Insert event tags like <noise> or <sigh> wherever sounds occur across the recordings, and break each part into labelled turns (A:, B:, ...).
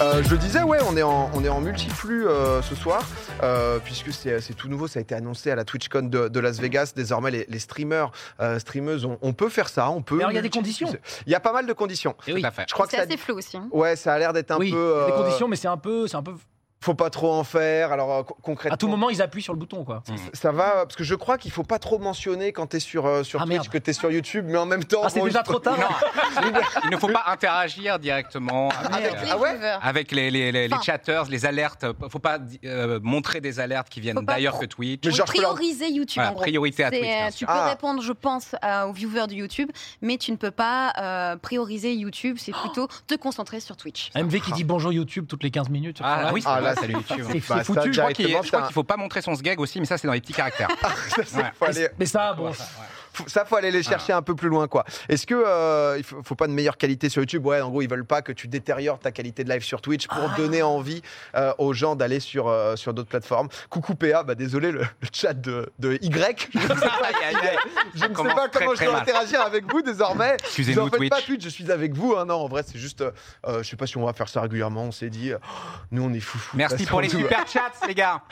A: Euh, je le disais, ouais, on est en, on est en multiflux euh, ce soir, euh, puisque c'est c'est tout nouveau, ça a été annoncé à la TwitchCon de, de Las Vegas. Désormais, les, les streamers, euh, streameuses, on, on peut faire ça, on peut.
B: Mais alors, il y a des
A: multiplier-
B: conditions.
A: Il y a pas mal de conditions.
B: Et oui.
C: Tout
A: <laughs>
C: à fait.
A: Je crois que
D: C'est
A: ça,
D: assez flou aussi. hein.
A: ouais, ça a l'air d'être un
B: oui,
A: peu.
B: il y a des
A: euh,
B: conditions, mais c'est un peu, c'est un peu.
A: Faut pas trop en faire. Alors euh, co- concrètement.
B: À tout moment, ils appuient sur le bouton, quoi.
A: Ça va, parce que je crois qu'il faut pas trop mentionner quand t'es sur, euh, sur
B: Ah,
A: Twitch,
B: merde.
A: que t'es sur YouTube, mais en même temps.
B: Ah, c'est
A: bon,
B: déjà
A: il faut-
B: trop tard. Ah,
C: Il ne faut pas interagir directement avec,
D: Avec
C: euh,
D: les
A: ah ouais
D: viewers.
C: avec les, les, les, les
D: Enfin.
C: chatters, les alertes. Il ne faut pas euh, montrer des alertes qui viennent
D: Faut pas
C: d'ailleurs que Twitch.
A: Mais
D: Oui,
A: genre, je peux leur-
D: prioriser YouTube
C: Voilà,
D: en gros.
C: priorité à
D: C'est,
C: Twitch.
D: euh,
C: bien
D: tu
C: sûr.
D: peux
A: Ah.
D: répondre, je pense, à- aux viewers de YouTube, mais tu ne peux pas euh, prioriser YouTube. C'est plutôt te concentrer sur Twitch.
B: MV qui dit bonjour YouTube toutes les 15 minutes.
C: Ah, oui, c'est
A: Ah,
C: vrai,
A: là,
C: salut YouTube.
B: c'est
A: Bah, ça,
B: foutu.
C: Je crois qu'il
A: directement,
C: je crois
A: t'as- <laughs>
C: qu'il faut pas montrer son sgeg aussi, mais ça c'est dans les petits caractères. Ouais.
A: faut aller-
B: Mais ça, bon,
A: Faut- ça faut aller les
C: Ah.
A: chercher un peu plus loin quoi. Est-ce que euh, il faut, faut pas de meilleure qualité sur YouTube Ouais, en gros ils veulent pas que tu détériores ta qualité de live sur Twitch pour
C: Ah.
A: donner envie euh, aux gens d'aller sur euh, sur d'autres plateformes. Coucou PA, bah désolé le, le chat de, de Y. Je ne sais pas,
C: Aïe, aïe, aïe.
A: je ne sais
C: Commence
A: pas
C: très,
A: comment
C: très
A: je dois
C: mal.
A: interagir avec vous désormais.
C: Excusez-nous,
A: Vous en faites
C: Twitch.
A: pas Twitch, je suis avec vous. hein. non, en vrai c'est juste, euh, euh, je sais pas si on va faire ça régulièrement. On s'est dit, euh, nous on est foufou.
C: Merci pour les
A: Tout va-
C: super chats, les gars.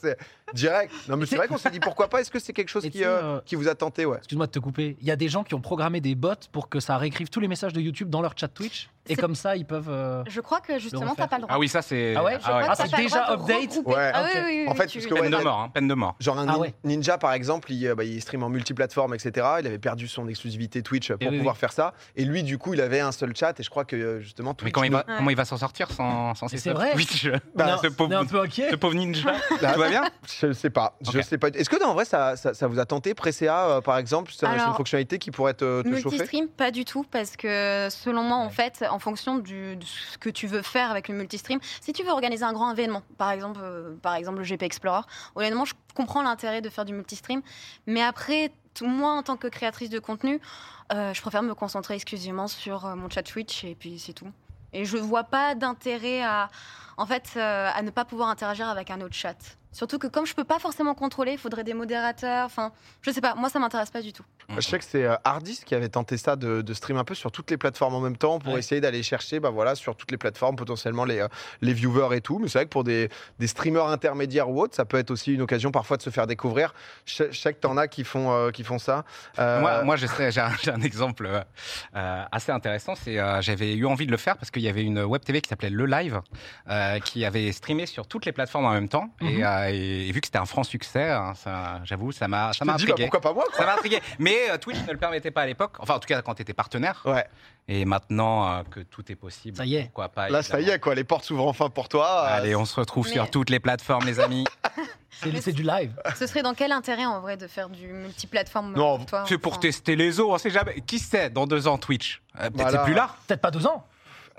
A: c'est direct. Non mais c'est vrai qu'on s'est dit pourquoi pas. Est-ce que c'est quelque chose
B: Et
A: qui
B: tu sais,
A: euh,
B: euh,
A: qui vous a tenté ouais.
B: excuse-moi de te couper. Il y a des gens qui ont programmé des bots pour que ça réécrive tous les messages de YouTube dans leur chat Twitch. Et
D: C'est-
B: comme ça, ils peuvent. euh,
D: Je crois que justement,
B: refaire.
D: t'as pas le droit.
C: Ah oui, ça c'est.
B: Ah ouais,
D: Je crois
B: Ah,
D: que t'as
B: c'est
D: pas le
B: déjà
D: droit de
B: update
D: regrouper.
A: Ouais.
D: Ah
B: Ok.
D: oui, oui, oui,
A: En fait,
D: tu-
A: parce que, ouais,
C: Peine de
A: là-
C: mort, hein, peine de mort.
A: Genre un
B: Ah
A: nin-
B: ouais.
A: ninja par exemple, il, euh, bah, il stream en multiplateforme, etc. Il avait perdu son exclusivité Twitch pour
C: Eh
B: Et oui,
A: pouvoir faire ça. Et lui, du coup, il avait un seul chat. Et je crois que euh, justement,
C: Mais
A: Twitch.
C: comment il va,
D: Ouais.
C: comment il va s'en sortir sans, sans ses
B: c'est
C: subs
B: vrai.
C: Twitch
A: Bah,
B: on est un-
C: ce pauvre-
B: on est un peu inquiet.
C: Ce pauvre ninja.
A: Bah,
C: Tout va bien
A: <laughs> Je sais pas. Je
C: Ok.
A: sais pas. Est-ce que non, en vrai, ça, ça, ça vous a tenté Presea, euh, par exemple, c'est c'est une
D: Alors,
A: fonctionnalité qui pourrait te, euh, te chauffer
D: Multistream, pas du tout, parce que selon moi, en fait, en fonction du, de ce que tu veux faire avec le multistream, si tu veux organiser un grand événement, par exemple, euh, par exemple le GP Explorer, honnêtement, je comprends l'intérêt de faire du multistream, mais après, tout, moi, en tant que créatrice de contenu, euh, je préfère me concentrer exclusivement sur euh, mon chat Twitch et puis c'est tout. Et je vois pas d'intérêt à, en fait, euh, à ne pas pouvoir interagir avec un autre chat. Surtout que comme je peux pas forcément contrôler, il faudrait des modérateurs. Enfin, je sais pas. Moi, ça m'intéresse pas du tout.
A: Je sais que c'est euh, Hardis qui avait tenté ça de, de stream un peu sur toutes les plateformes en même temps pour
B: Ouais.
A: essayer d'aller chercher bah voilà, sur toutes les plateformes potentiellement les, euh, les viewers et tout. Mais c'est vrai que pour des, des streamers intermédiaires ou autres, ça peut être aussi une occasion parfois de se faire découvrir. Je, je sais que t'en as qui font, euh, qui font ça. Euh,
C: Moi, moi je sais, j'ai un, <laughs> j'ai un exemple euh, euh, assez intéressant. C'est, euh, j'avais eu envie de le faire parce qu'il y avait une web TV qui s'appelait Le Live, euh, qui avait streamé sur toutes les plateformes en même temps. et,
B: Mhm.
C: euh, et- et vu que c'était un franc succès, hein, ça, j'avoue, ça m'a, ça
A: je
C: m'a
A: me dis, bah,
C: intrigué.
A: pourquoi pas moi
C: ça m'a intrigué. Mais euh, Twitch ne le permettait pas à l'époque. Enfin, en tout cas, quand tu étais partenaire.
A: Ouais,
C: Et maintenant euh, que tout est possible,
B: Ça y est.
C: pourquoi pas
A: là ça y
C: évidemment.
A: est quoi, les portes s'ouvrent enfin pour toi. Euh,
C: Allez, on se retrouve
D: Mais-
C: sur toutes les plateformes, les
D: <laughs>
C: amis.
B: C'est c'est du live.
D: Ce serait dans quel intérêt en vrai de faire du multiplateforme
A: Non,
D: pour toi
C: C'est pour
D: enfin
C: tester les eaux, on sait jamais. Qui sait, dans deux ans, Twitch Euh, Peut-être
A: Voilà.
C: c'est plus là.
B: Peut-être pas deux ans.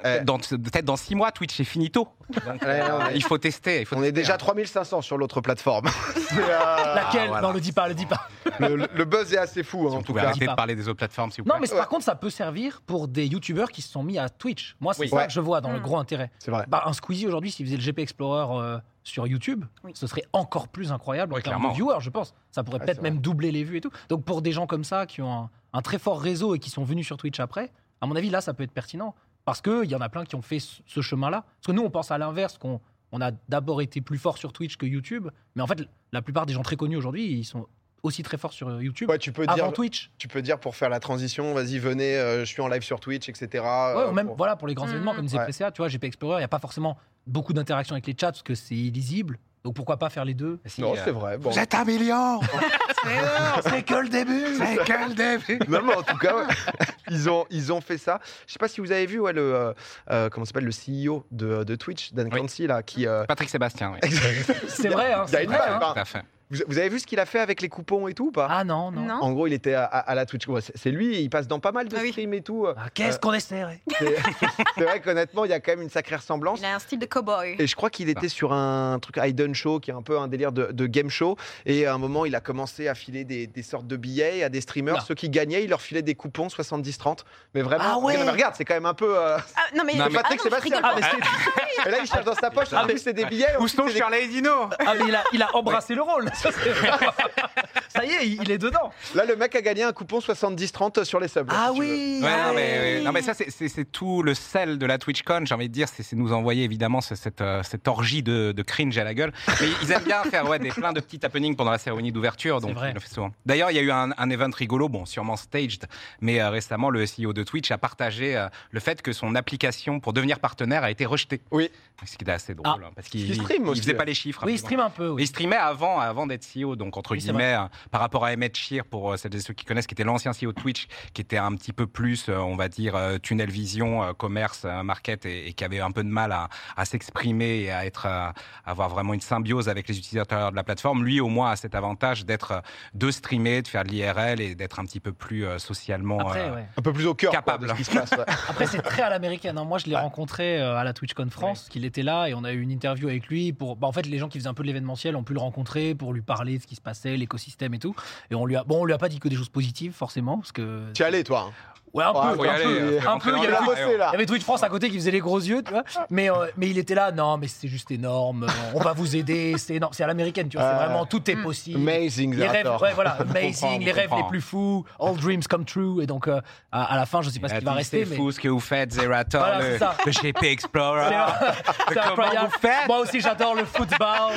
A: eh,
C: Dans- Peut-être dans six mois, Twitch est finito. Donc,
A: Ouais,
C: euh,
A: non, mais-
C: il faut tester. Il faut
A: on est
C: tester,
A: déjà
C: hein.
A: 3500 sur l'autre plateforme. <laughs> C'est, euh,
B: Laquelle
C: voilà.
B: Non, le dis pas, le dis pas.
A: le, le buzz est assez fou hein,
C: Si
A: en
C: on
A: tout
C: pouvait
A: cas.
C: arrêter de parler des autres plateformes, s'il vous
B: Non,
C: plaît.
B: mais par contre, ça peut servir pour des youtubeurs qui se sont mis à Twitch. Moi, c'est
C: Oui.
B: ça
A: Ouais.
B: que je vois dans le
D: Mm.
B: gros intérêt.
A: C'est vrai.
B: Bah, un Squeezie aujourd'hui, s'il faisait le GP Explorer euh, sur YouTube,
D: Oui.
B: ce serait encore plus incroyable en
C: Oui,
B: termes
C: clairement.
B: de viewers, je pense. Ça pourrait
A: Ouais,
B: peut-être
A: c'est vrai.
B: même doubler les vues et tout. Donc pour des gens comme ça qui ont un, un très fort réseau et qui sont venus sur Twitch après, à mon avis, là, ça peut être pertinent. Parce qu'il y en a plein qui ont fait ce ce chemin-là. Parce que nous, on pense à l'inverse, qu'on on a d'abord été plus fort sur Twitch que YouTube. Mais en fait, la plupart des gens très connus aujourd'hui, ils sont aussi très forts sur euh, YouTube
A: Ouais, tu peux
B: avant
A: dire
B: Twitch.
A: tu peux dire pour faire la transition, vas-y, venez, euh, je suis en live sur Twitch, etc.
B: Ouais,
A: euh,
B: ou même
A: pour-
B: voilà pour les grands
C: Mm-hmm.
D: Mhm.
B: événements comme disait
A: Ouais.
B: PCA, tu vois, GP Explorer, il n'y a pas forcément beaucoup d'interaction avec les chats parce que c'est illisible. Donc pourquoi pas faire les deux
C: Si,
A: Non,
C: euh,
A: c'est vrai. Bon.
C: Vous êtes un <laughs> million Ah, C'est que le début C'est que le début
A: <laughs> Non, mais en tout cas, ouais, ils, ont, ils ont fait ça. Je sais pas si vous avez vu ouais, le, euh, euh, comment s'appelle, le CEO de, de Twitch, Dan
C: Oui.
A: Clancy, là, qui.
C: <laughs>
A: euh,
C: Patrick Sébastien, oui.
B: C'est vrai, hein,
A: <laughs> Il y a
B: c'est
A: une hein.
B: vrai,
A: balle,
B: hein.
A: bah,
C: Tout à fait.
A: vous, vous avez vu ce qu'il a fait avec les coupons et tout ou pas
B: Ah non, non.
D: Non.
A: En gros, il était à, à- à la Twitch. Ouais, c'est c'est lui, il passe dans pas mal de
D: Ah oui.
A: streams et tout.
B: Ah, Qu'est-ce qu'on essaie ouais.
A: C'est c'est vrai qu'honnêtement, il y a quand même une sacrée ressemblance.
D: Il a un style de cowboy.
A: Et je crois
C: Bah.
A: qu'il était sur un truc Hayden Show, qui est un peu un délire de, de game show. Et à un moment, il a commencé à filer des, des sortes de billets à des streamers.
B: Là.
A: Ceux qui gagnaient, il leur filait des coupons 70-30. Mais vraiment,
B: Ah ouais
A: regarde, regarde, c'est quand même un peu. euh,
D: Ah, non mais,
C: Non,
D: ah
C: mais-
A: Patrick
D: non, je
A: Sébastien.
D: rigole
B: Ah,
D: pas.
B: mais c'est- <laughs>
A: Et là, il cherche dans sa poche,
C: Ah,
A: en plus, c'est des billets.
C: Où
A: ensuite,
C: sont
A: c'est des-
C: Charlie Dino
B: ah, mais il a, il a embrassé le rôle. Ça,
A: <laughs>
B: c'est vraiment- Ça y est, il il est dedans.
A: Là, le mec a gagné un coupon 70-30 sur les subs. là,
B: Ah
A: si tu veux.
C: Ouais, non, mais, oui. Non, mais ça, c'est- c'est c'est tout le sel de la TwitchCon, j'ai envie de dire, c'est c'est nous envoyer évidemment ce- cette, euh, cette orgie de, de cringe à la gueule. Mais ils aiment bien faire ouais, des, plein de petits happenings pendant la cérémonie d'ouverture,
B: C'est
C: donc
B: vrai.
C: ils le font souvent. D'ailleurs, il y a eu un, un event rigolo, bon, sûrement staged, mais euh, récemment, le CEO de Twitch a partagé euh, le fait que son application pour devenir partenaire a été rejetée.
A: Oui.
C: Ce qui était assez drôle, hein, parce qu'il
A: Il stream
C: il
A: aussi.
C: faisait pas les chiffres.
B: Ah.
C: hein,
B: Oui, il
C: apparemment.
B: stream un peu.
C: Mais
B: Oui.
C: il streamait avant, avant d'être CEO, donc entre
B: Oui, c'est
C: guillemets, euh, par rapport à Emmett Shear, pour euh, celles et ceux qui connaissent, qui était l'ancien CEO de Twitch, qui était un petit peu plus, euh, on va dire, euh, tunnel vision, euh, commerce, euh, market, et, et qui avait un peu de mal à, à s'exprimer et à être, euh, à avoir vraiment une symbiose avec les utilisateurs de la plateforme. Lui, au moins, a cet avantage d'être, euh, de streamer, de faire de l'IRL et d'être un petit peu plus euh, socialement.
B: Après,
C: euh,
B: ouais.
A: Un peu plus au cœur quoi,
C: Capable.
A: de ce qui se passe. ouais.
B: Après, c'est très à l'américaine. hein. Moi, je l'ai
A: Ouais.
B: rencontré euh, à la TwitchCon France, qu'il était là, et on a eu une interview avec lui. Pour... bah, en fait, les gens qui faisaient un peu de l'événementiel ont pu le rencontrer pour lui parler de ce qui se passait, l'écosystème et tout. Et on lui a, bon, on lui a pas dit que des choses positives, forcément, parce que.
A: Tu y allais, toi. hein.
B: Ouais, un
A: Ah,
B: peu.
A: faut
C: y
B: un
C: aller,
B: peu.
A: euh,
C: euh,
B: un
C: faut rentrer
B: peu, il
C: dans
B: y a
C: le
B: la
C: détail,
A: bossé,
C: ouais.
A: là.
B: Il y avait Twitch France à côté qui faisait les gros yeux, tu vois. Mais, euh, mais il était là, non, mais c'est juste énorme, on va vous aider, c'est énorme, c'est à l'américaine, tu vois, c'est
A: Ouais.
B: vraiment tout est possible.
A: Amazing,
B: les rêves,
A: j'adore.
B: ouais, voilà,
C: comprend, on
B: amazing, les rêves
C: comprend.
B: les plus fous, all dreams come true. Et donc, euh, à, à la fin, je sais pas ce qui va
C: Attends,
B: rester,
C: c'est
B: mais.
C: fou ce que vous faites, Zerator,
B: Voilà,
C: le,
B: c'est ça.
C: le GP Explorer.
B: C'est
C: Mais
B: c'est
C: comment
B: incroyable.
C: vous faites
B: Moi aussi, j'adore le football.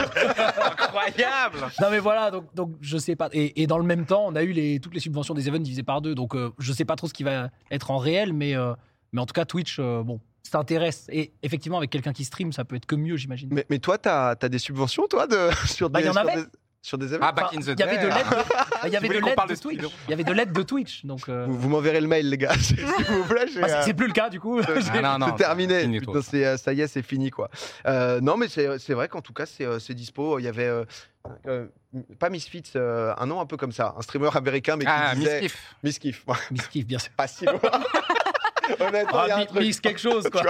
C: Incroyable!
B: <laughs> non, mais voilà, donc, donc je sais pas. Et, et dans le même temps, on a eu les, toutes les subventions des events divisées par deux. Donc, euh, je sais pas trop ce qui va être en réel, mais, euh, mais en tout cas, Twitch, euh, bon, s'intéresse. Et effectivement, avec quelqu'un qui stream, ça peut être que mieux, j'imagine.
A: Mais, mais toi, t'as as des subventions, toi, de, <laughs> sur,
B: Bah,
A: des,
B: y en
A: sur,
B: avait.
A: des, sur des événements
C: Ah, back in the
B: Il y avait de
C: day.
B: l'aide de, il y avait
C: voulais
B: de,
C: qu'on
B: l'aide
C: parle
B: de
C: de
B: Twitch.
C: Spielberg.
B: Il y avait de l'aide de Twitch. Donc, euh,
A: Vous, vous m'enverez le mail, les gars, <laughs> s'il vous plaît. j'ai,
B: bah, c'est-
A: euh,
B: c'est plus le cas, du coup. J'ai-
C: Ah, non, non,
A: c'est terminé.
C: continue, toi.
A: Putain, c'est, euh, ça y est, c'est fini quoi. Euh, non, mais c'est c'est vrai qu'en tout cas, c'est euh, c'est dispo. Il y avait euh, euh, pas Misfits, euh, un nom un peu comme ça, un streamer américain, mais qui
C: Ah, Miss
A: disait
C: Kiff.
A: Miskiff. Ouais,
B: <laughs> Miss Kiff, bien sûr.
A: <laughs> pas si loin. <laughs> Honnêtement, il y a
B: Ah,
A: un
B: mi-
A: truc.
B: Miss quelque chose, quoi.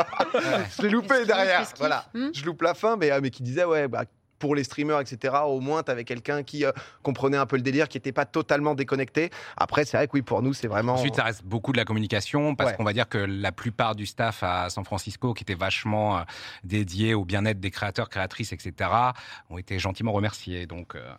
A: Je l'ai loupé
D: Miss Kiff,
A: derrière.
D: Miss Kiff.
A: Voilà.
D: Hmm.
A: Je loupe la fin, mais, euh, mais qui disait ouais. bah, pour les streamers, etc., au moins, tu avais quelqu'un qui euh, comprenait un peu le délire, qui n'était pas totalement déconnecté. Après, c'est vrai que oui, pour nous, c'est vraiment.
C: Ensuite, ça reste beaucoup de la communication parce
A: Ouais.
C: qu'on va dire que la plupart du staff à San Francisco, qui était vachement euh, dédié au bien-être des créateurs, créatrices, etc., ont été gentiment remerciés. Donc, euh,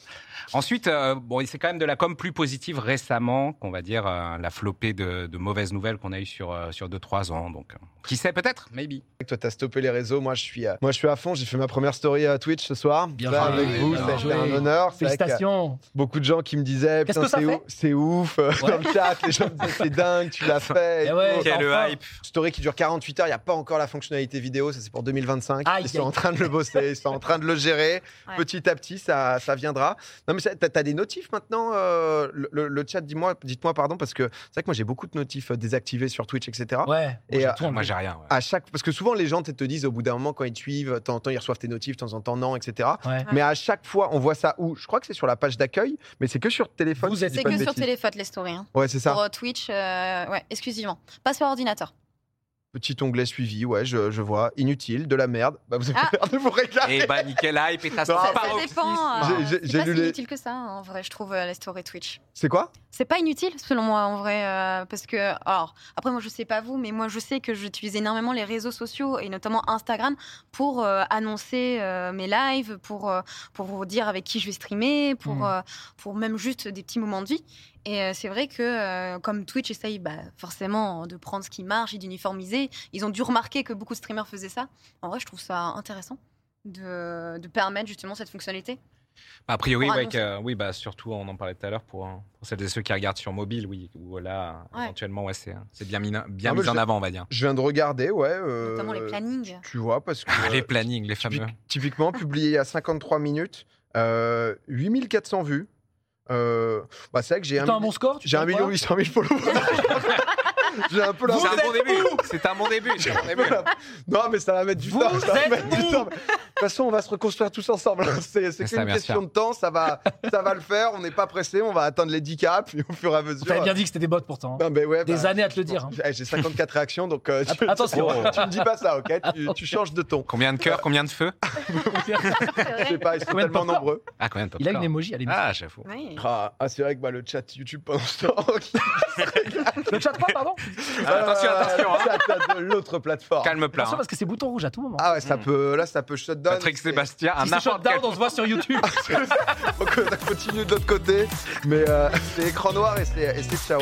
C: ensuite, euh, bon, c'est quand même de la com plus positive récemment, qu'on va dire euh, la flopée de, de mauvaises nouvelles qu'on a eues sur euh, sur deux trois ans. Donc, euh, qui sait peut-être, maybe.
A: Toi, t'as stoppé les réseaux. Moi, je suis, euh, moi, je suis à fond. J'ai fait ma première story à Twitch ce soir.
B: Bien
A: Là,
C: joué,
A: avec vous,
C: bien
A: ça a été
B: joué.
A: un honneur. C'est vrai que, euh,
B: Félicitations.
A: beaucoup de gens qui me disaient,
B: Qu'est-ce
A: putain,
B: que ça
A: c'est
B: fait
A: ouf, c'est ouf. euh, <laughs>
B: Ouais.
A: Dans le chat, les gens me disaient, c'est dingue, tu
B: <laughs>
A: l'as fait. et
B: Eh ouais.
A: tout.
B: Quel enfin.
C: hype
A: Story qui dure 48 heures, il n'y a pas encore la fonctionnalité vidéo, ça c'est pour 2025.
B: Aïe,
A: ils sont
B: aïe.
A: en train de le bosser, ils sont en train de le gérer.
D: Ouais.
A: Petit à petit, ça, ça viendra. Non mais ça- t'as as des notifs maintenant, euh, le, le- le chat, dis-moi, dites-moi pardon, parce que c'est vrai que moi j'ai beaucoup de notifs euh, désactivés sur Twitch, etc.
B: Ouais.
A: Et,
B: J'ai
A: euh,
B: tout enlevé.
C: Moi, j'ai rien. ouais.
A: À chaque, parce que souvent les gens te te disent au bout d'un moment quand ils te suivent, de temps en temps ils reçoivent tes notifs, de temps en temps non, etc.
B: Ouais.
A: Mais à chaque fois, on voit ça où Je crois que c'est sur la page d'accueil, mais c'est que sur téléphone.
B: Vous
A: si je
B: êtes-
A: dis
D: C'est
A: pas de
D: que sur
A: bêtises.
D: téléphone, les stories. hein.
A: Ouais, c'est ça.
D: Pour euh, Twitch, euh, ouais, exclusivement. Pas sur ordinateur.
A: Petit onglet suivi, ouais, je, je vois. Inutile, de la merde. Bah, vous avez
D: Ah.
A: l'air de vous réclamer.
C: Et bah nickel hype et t'as
A: Non,
C: son
A: ça
D: ça
C: paroxysme.
D: dépend. euh,
A: Ah, J'ai- j'ai-
D: c'est
A: j'ai
D: pas
A: lu
D: si
A: les-
D: inutile que ça, hein, en vrai, je trouve, euh, les stories Twitch.
A: C'est quoi
D: C'est pas inutile, selon moi, en vrai. euh, parce que, alors, après, moi, je sais pas vous, mais moi, je sais que j'utilise énormément les réseaux sociaux, et notamment Instagram, pour euh, annoncer euh, mes lives, pour, euh, pour vous dire avec qui je vais streamer, pour,
B: Mm.
D: euh, pour même juste des petits moments de vie. Et euh, c'est vrai que, euh, comme Twitch essaye bah, forcément de prendre ce qui marche et d'uniformiser, ils ont dû remarquer que beaucoup de streamers faisaient ça. En vrai, je trouve ça intéressant de, de permettre justement cette fonctionnalité.
C: Bah, A priori,
D: Pour
C: ouais,
D: annoncer.
C: que- oui, bah, surtout, on en parlait tout à l'heure pour, euh, pour celles et ceux qui regardent sur mobile, oui, ou euh, là,
D: Ouais.
C: éventuellement, ouais, c'est c'est bien mis, bien
A: Ah,
C: mis
A: mais
C: en
A: je-
C: avant, on va dire.
A: Je viens de regarder, ouais. euh,
D: Notamment les plannings.
A: Tu vois, parce que.
C: <laughs> Les
A: euh,
C: plannings, les
A: typique-
C: fameux.
A: typiquement, publié il y a 53 minutes, euh, 8400 vues. Euh, bah, c'est vrai que j'ai
B: T'as un
A: un,
B: bon score tu
A: j'ai un
B: fais quoi
A: million 800 000 followers. <laughs> j'ai un peu
C: C'est
A: la
C: un, bon début. C'est un bon début. <laughs> C'est un bon début.
A: Non, mais ça va mettre du
B: Vous
A: temps. Ça va
B: êtes
A: mettre du
B: où
A: temps. De toute façon, on va se reconstruire tous ensemble. <laughs> C'est c'est
C: C'est
A: qu'une
C: ça, bien
A: question
C: sûr.
A: de temps. Ça va, ça va le faire. On n'est pas pressé. On va atteindre les 10 caps. Puis au fur et à mesure.
B: T'avais bien dit que c'était des bots pourtant. hein.
A: Non, mais ouais,
B: Des
A: bah,
B: années à te le dire. hein.
A: Eh, J'ai 54 réactions, donc euh, tu,
B: Attention.
C: Oh.
A: <laughs> tu me dis pas ça, ok tu, tu changes de ton.
C: Combien de cœurs, combien de feux
A: <laughs> Je sais pas, ils sont
B: Combien de
A: tellement
B: popcorn
A: nombreux.
C: Ah, combien de
B: Il a une
C: popcorn
B: émoji à l'émission.
C: Ah, j'avoue.
D: Ouais.
A: Ah, ah, c'est vrai que bah, le chat YouTube pendant ce temps. qui-
B: Le chat quoi,
A: <laughs>
B: pardon
C: attention, attention, hein.
A: Euh, Ça, t'as de l'autre plateforme.
C: Calme plat.
B: Attention
C: hein.
B: parce que c'est bouton rouge à tout moment.
A: Ah ouais, ça
C: Mm.
A: peut, là, ça peut shutdown.
C: Patrick
A: C'est-
C: Sébastien, un
B: si c'est
C: n'importe quel.
B: shutdown, on se voit sur YouTube.
A: <laughs> Faut que ça continue de l'autre côté. Mais euh, c'est écran noir et c'est et c'est ciao.